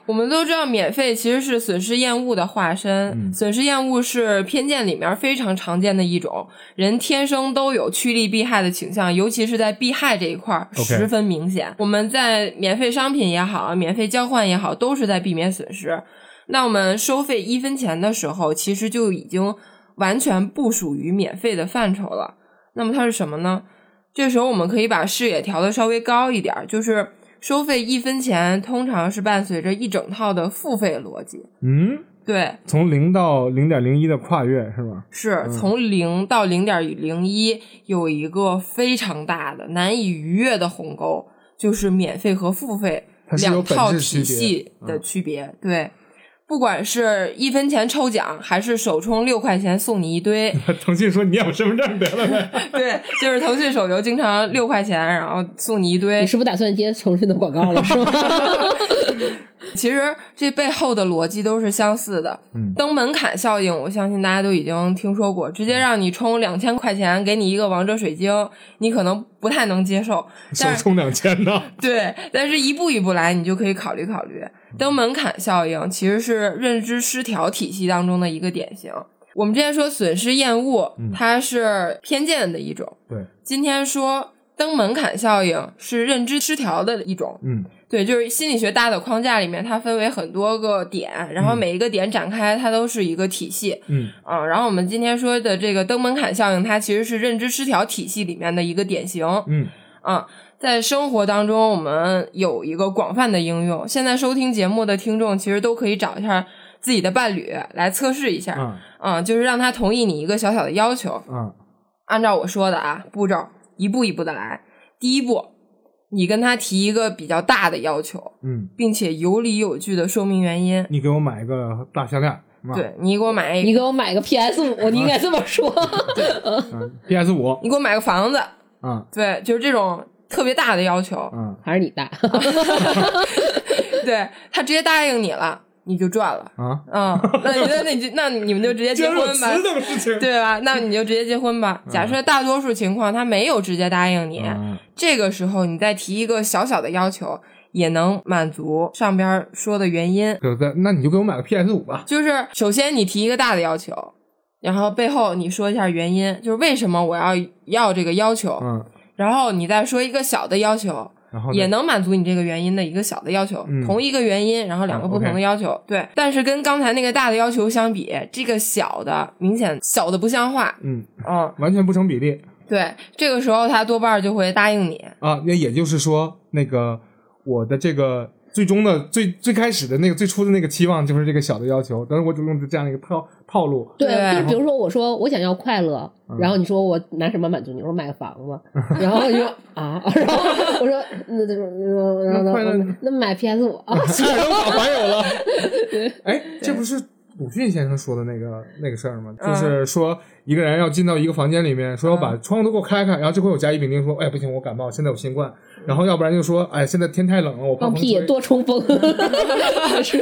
[SPEAKER 3] 我们都知道，免费其实是损失厌恶的化身。
[SPEAKER 1] 嗯
[SPEAKER 3] 损失厌恶是偏见里面非常常见的一种，人天生都有趋利避害的倾向，尤其是在避害这一块儿
[SPEAKER 1] OK
[SPEAKER 3] 十分明显。我们在免费商品也好，免费交换也好，都是在避免损失。那我们收费一分钱的时候，其实就已经完全不属于免费的范畴了。那么它是什么呢？这时候我们可以把视野调的稍微高一点儿，就是收费一分钱，通常是伴随着一整套的付费逻辑。
[SPEAKER 1] 嗯，
[SPEAKER 3] 对，
[SPEAKER 1] 从零到零点零一的跨越是吧？
[SPEAKER 3] 是从零到零点零一有一个非常大的、难以逾越的鸿沟，就是免费和付费
[SPEAKER 1] 它是有
[SPEAKER 3] 两
[SPEAKER 1] 本
[SPEAKER 3] 套
[SPEAKER 1] 质区别嗯
[SPEAKER 3] 体系的区别。对，不管是一分钱抽奖，还是首充六块钱送你一堆，
[SPEAKER 1] 腾讯说你要身份证得了呗。
[SPEAKER 3] 对，就是腾讯手游经常六块钱，然后送你一堆。
[SPEAKER 2] 你是不是打算接腾讯的广告了？是吗？
[SPEAKER 3] 其实这背后的逻辑都是相似的。
[SPEAKER 1] 嗯
[SPEAKER 3] 登门槛效应，我相信大家都已经听说过，直接让你充两千块钱给你一个王者水晶，你可能不太能接受，
[SPEAKER 1] 首
[SPEAKER 3] 但是
[SPEAKER 1] 充两千呢。
[SPEAKER 3] 对，但是一步一步来，你就可以考虑考虑。登门槛效应其实是认知失调体系当中的一个典型。我们之前说损失厌恶
[SPEAKER 1] 嗯，
[SPEAKER 3] 它是偏见的一种。
[SPEAKER 1] 对，
[SPEAKER 3] 今天说登门槛效应是认知失调的一种。
[SPEAKER 1] 嗯
[SPEAKER 3] 对，就是心理学大的框架里面，它分为很多个点，然后
[SPEAKER 1] 嗯
[SPEAKER 3] 每一个点展开，它都是一个体系
[SPEAKER 1] 嗯
[SPEAKER 3] 啊、然后我们今天说的这个登门槛效应，它其实是认知失调体系里面的一个典型啊、
[SPEAKER 1] 嗯，
[SPEAKER 3] 在生活当中，我们有一个广泛的应用。现在收听节目的听众，其实都可以找一下自己的伴侣来测试一下
[SPEAKER 1] 啊
[SPEAKER 3] 啊、就是让他同意你一个小小的要求。
[SPEAKER 1] 啊
[SPEAKER 3] 按照我说的啊，步骤一步一步的来。第一步，你跟他提一个比较大的要求。
[SPEAKER 1] 嗯，
[SPEAKER 3] 并且有理有据的说明原因。
[SPEAKER 1] 你给我买一个大项链儿，是吧，
[SPEAKER 3] 对你给我买
[SPEAKER 2] 你
[SPEAKER 3] 一
[SPEAKER 2] 给
[SPEAKER 3] 个，
[SPEAKER 2] 我买个 PS 五，你应该这么说。
[SPEAKER 1] 嗯，PS 五，
[SPEAKER 3] 你给我买个房子，
[SPEAKER 1] 啊
[SPEAKER 3] 对，就是这种特别大的要求。
[SPEAKER 1] 啊
[SPEAKER 2] 还是你大，
[SPEAKER 3] 对他直接答应你了，你就赚了。
[SPEAKER 1] 啊，
[SPEAKER 3] 嗯，那你那你就那你们就直接 结婚吧，
[SPEAKER 1] 的事情，
[SPEAKER 3] 对吧？那你就直接结婚吧。假设大多数情况他没有直接答应你，
[SPEAKER 1] 嗯
[SPEAKER 3] 这个时候你再提一个小小的要求，也能满足上边说的原因。
[SPEAKER 1] 对不对？那你就给我买个 PS 五吧。
[SPEAKER 3] 就是首先你提一个大的要求，然后背后你说一下原因，就是为什么我要要这个要求，
[SPEAKER 1] 嗯
[SPEAKER 3] 然后你再说一个小的要求，
[SPEAKER 1] 然后呢
[SPEAKER 3] 也能满足你这个原因的一个小的要求。
[SPEAKER 1] 嗯
[SPEAKER 3] 同一个原因，然后两个
[SPEAKER 1] 啊
[SPEAKER 3] 不同
[SPEAKER 1] OK
[SPEAKER 3] 的要求，对。但是跟刚才那个大的要求相比，这个小的明显小的不像话。
[SPEAKER 1] 嗯，
[SPEAKER 3] 嗯，
[SPEAKER 1] 完全不成比例
[SPEAKER 3] 对，这个时候他多半儿就会答应你。
[SPEAKER 1] 啊。那也就是说，那个我的这个最终的最最开始的那个最初的那个期望就是这个小的要求，但是我只用这样的一个套套路，
[SPEAKER 2] 对，
[SPEAKER 3] 对
[SPEAKER 2] 就是比如说，我说我想要快乐，
[SPEAKER 1] 嗯
[SPEAKER 2] 然后你说我拿什么满足你？我说买个房子，然后你说 啊，然后我说那那那
[SPEAKER 1] 那
[SPEAKER 2] 那
[SPEAKER 1] 快乐嗯
[SPEAKER 2] 那那买 PS 五 啊，行
[SPEAKER 1] 二法还有了。哎，这不是鲁迅先生说的那个那个事儿吗？就是说一个人要进到一个房间里面，说要把窗户都给我开开，然后这回我甲乙丙丁说，哎不行，我感冒，现在有新冠，然后要不然就说，哎现在天太冷了，我怕
[SPEAKER 2] 放
[SPEAKER 1] 风
[SPEAKER 2] 屁
[SPEAKER 1] 吹
[SPEAKER 2] 多冲 锋，是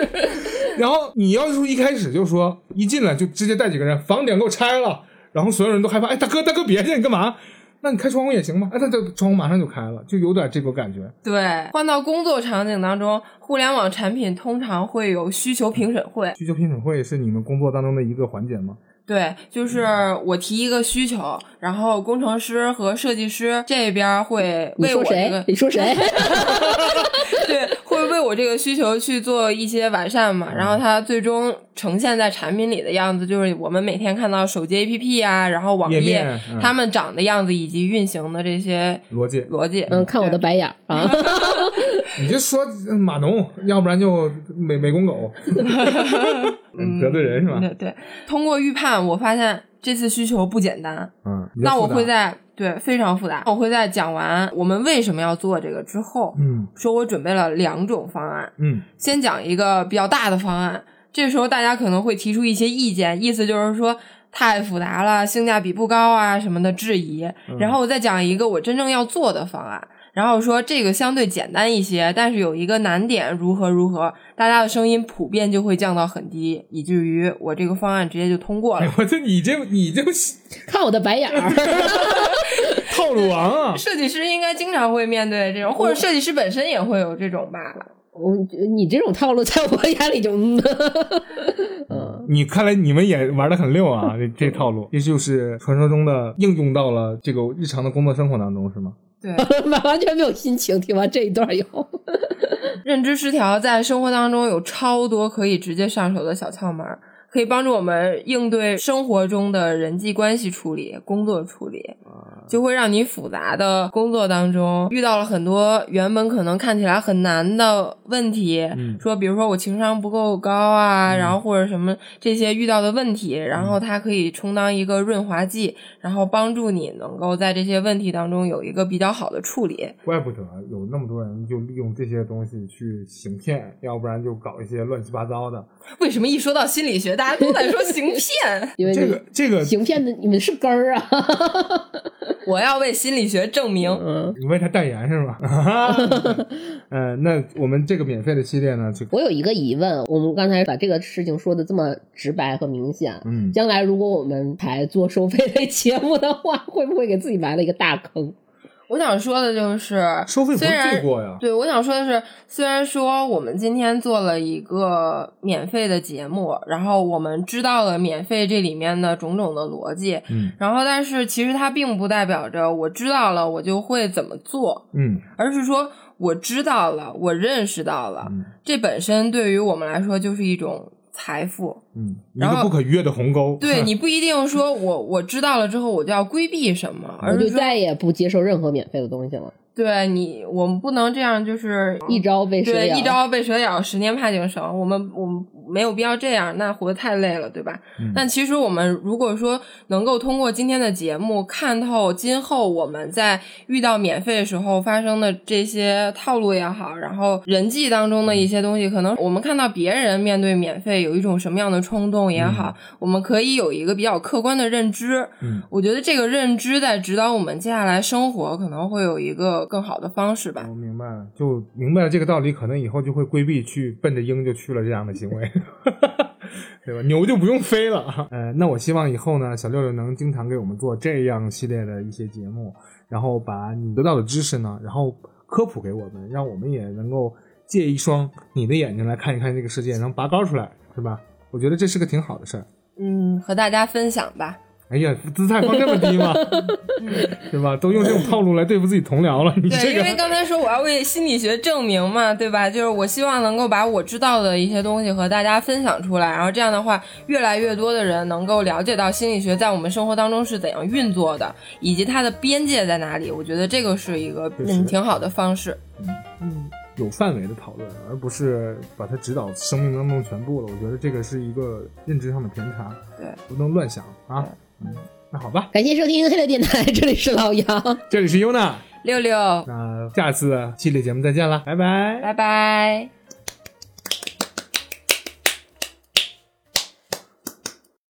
[SPEAKER 1] 然后你要是一开始就说一进来就直接带几个人，房顶给我拆了，然后所有人都害怕，哎大哥大哥别去，你干嘛？那你开窗户也行吧，哎，那这窗户马上就开了，就有点这个感觉。
[SPEAKER 3] 对，换到工作场景当中，互联网产品通常会有需求评审会。
[SPEAKER 1] 需求评审会是你们工作当中的一个环节吗？
[SPEAKER 3] 对，就是我提一个需求，然后工程师和设计师这边儿会
[SPEAKER 2] 你
[SPEAKER 3] 为我
[SPEAKER 2] 说
[SPEAKER 3] 这
[SPEAKER 2] 谁
[SPEAKER 3] 个？
[SPEAKER 2] 你 说谁？
[SPEAKER 3] 对，会为我这个需求去做一些完善嘛，然后
[SPEAKER 1] 嗯
[SPEAKER 3] 它最终呈现在产品里的样子，就是我们每天看到手机 APP 啊，然后网
[SPEAKER 1] 页
[SPEAKER 3] 页
[SPEAKER 1] 面嗯
[SPEAKER 3] 它们长的样子以及运行的这些
[SPEAKER 1] 逻辑，
[SPEAKER 3] 逻辑。
[SPEAKER 2] 嗯，看我的白眼儿啊，
[SPEAKER 1] 你就说码农，要不然就美美工 狗，嗯得罪人是吧？
[SPEAKER 3] 对对，通过预判，我发现这次需求不简单，
[SPEAKER 1] 嗯，你就
[SPEAKER 3] 那我
[SPEAKER 1] 复杂
[SPEAKER 3] 会在对非常复杂，我会在讲完我们为什么要做这个之后，
[SPEAKER 1] 嗯
[SPEAKER 3] 说我准备了两种方案，
[SPEAKER 1] 嗯
[SPEAKER 3] 先讲一个比较大的方案，这时候大家可能会提出一些意见，意思就是说。太复杂了，性价比不高啊什么的质疑，
[SPEAKER 1] 嗯
[SPEAKER 3] 然后我再讲一个我真正要做的方案，然后说这个相对简单一些，但是有一个难点，如何如何，大家的声音普遍就会降到很低，以至于我这个方案直接就通过了
[SPEAKER 1] 哎。我这你这你这
[SPEAKER 2] 看我的白眼儿，
[SPEAKER 1] 套路王啊！
[SPEAKER 3] 设计师应该经常会面对这种，或者设计师本身也会有这种吧。
[SPEAKER 2] 我你这种套路在我眼里就嗯
[SPEAKER 3] 嗯
[SPEAKER 1] 嗯你看来你们也玩的很溜啊，这这套路，这就是传说中的应用到了这个日常的工作生活当中，是吗？
[SPEAKER 3] 对，
[SPEAKER 2] 完全没有心情听完这一段以后，
[SPEAKER 3] 认知失调在生活当中有超多可以直接上手的小窍门儿，可以帮助我们应对生活中的人际关系处理、工作处理，就会让你复杂的工作当中遇到了很多原本可能看起来很难的问题，
[SPEAKER 1] 嗯
[SPEAKER 3] 说比如说我情商不够高啊，然后或者什么这些遇到的问题，然后它可以充当一个润滑剂，然后帮助你能够在这些问题当中有一个比较好的处理。
[SPEAKER 1] 怪不得有那么多人就利用这些东西去行骗，要不然就搞一些乱七八糟的。
[SPEAKER 3] 为什么一说到心理学，大家都在说行 骗？
[SPEAKER 2] 因为
[SPEAKER 1] 这个呃这个
[SPEAKER 2] 你，行骗的你们是根儿啊，
[SPEAKER 3] 我要为心理学证明。
[SPEAKER 2] 嗯。
[SPEAKER 1] 你为他代言 是吧？嗯，那我们这个免费的系列呢，就
[SPEAKER 2] 我有一个疑问，我们刚才把这个事情说的这么直白和明显，啊
[SPEAKER 1] 嗯
[SPEAKER 2] 将来如果我们还做收费类节目的话， 会不会给自己埋了一个大坑？
[SPEAKER 3] 我想说的就是，
[SPEAKER 1] 收费不
[SPEAKER 3] 虽
[SPEAKER 1] 是罪
[SPEAKER 3] 然
[SPEAKER 1] 过呀。
[SPEAKER 3] 对我想说的是，虽然说我们今天做了一个免费的节目，然后我们知道了免费这里面的种种的逻辑，
[SPEAKER 1] 嗯
[SPEAKER 3] 然后但是其实它并不代表着我知道了我就会怎么做，
[SPEAKER 1] 嗯
[SPEAKER 3] 而是说我知道了，我认识到了，
[SPEAKER 1] 嗯
[SPEAKER 3] 这本身对于我们来说就是一种财富。
[SPEAKER 1] 嗯，一
[SPEAKER 3] 然
[SPEAKER 1] 个
[SPEAKER 3] 后
[SPEAKER 1] 不可越的鸿 沟。
[SPEAKER 3] 对你不一定说我我知道了之后我就要规避什么，
[SPEAKER 2] 我
[SPEAKER 3] 而
[SPEAKER 2] 就是
[SPEAKER 3] 说
[SPEAKER 2] 再也不接受任何免费的东西了，
[SPEAKER 3] 对你我们不能这样，就是
[SPEAKER 2] 一招被蛇
[SPEAKER 3] 对
[SPEAKER 2] 咬。
[SPEAKER 3] 一招被蛇咬，十年怕井绳。我们我们没有必要这样，那活得太累了，对吧？
[SPEAKER 1] 嗯
[SPEAKER 3] 但其实我们如果说能够通过今天的节目看透今后我们在遇到免费的时候发生的这些套路也好，然后人际当中
[SPEAKER 2] 嗯
[SPEAKER 3] 的一些东西，可能我们看到别人面对免费有一种什么样的冲动也
[SPEAKER 2] 嗯
[SPEAKER 3] 好，我们可以有一个比较客观的认知。
[SPEAKER 1] 嗯，
[SPEAKER 3] 我觉得这个认知在指导我们接下来生活可能会有一个更好的方式吧。
[SPEAKER 1] 我哦明白了，就明白了这个道理，可能以后就会规避去奔着鹰就去了这样的行为， 对吧？牛就不用飞了。呃，那我希望以后呢，小六六能经常给我们做这样系列的一些节目，然后把你得到的知识呢，然后科普给我们，让我们也能够借一双你的眼睛来看一看这个世界，能拔高出来，是吧？我觉得这是个挺好的事儿。
[SPEAKER 3] 嗯，和大家分享吧。
[SPEAKER 1] 哎呀，姿态放这么低吗？ 对吧？都用这种套路来对付自己同僚了，你
[SPEAKER 3] 对，
[SPEAKER 1] 这
[SPEAKER 3] 因为
[SPEAKER 1] 个
[SPEAKER 3] 刚才说我要为心理学证明嘛，对吧？就是我希望能够把我知道的一些东西和大家分享出来，然后这样的话，越来越多的人能够了解到心理学在我们生活当中是怎样运作的，以及它的边界在哪里。我觉得这个是一个嗯
[SPEAKER 1] 确实
[SPEAKER 3] 挺好的方式。
[SPEAKER 1] 有范围的讨论，而不是把它指导生命当中全部了。我觉得这个是一个认知上的偏差，
[SPEAKER 3] 对，
[SPEAKER 1] 不能乱想啊。嗯，那好吧，
[SPEAKER 2] 感谢收听黑乐电台，这里是老杨。
[SPEAKER 1] 这里是 Yuna，
[SPEAKER 3] 六六，
[SPEAKER 1] 那下次系列节目再见了，拜拜。
[SPEAKER 3] 拜拜。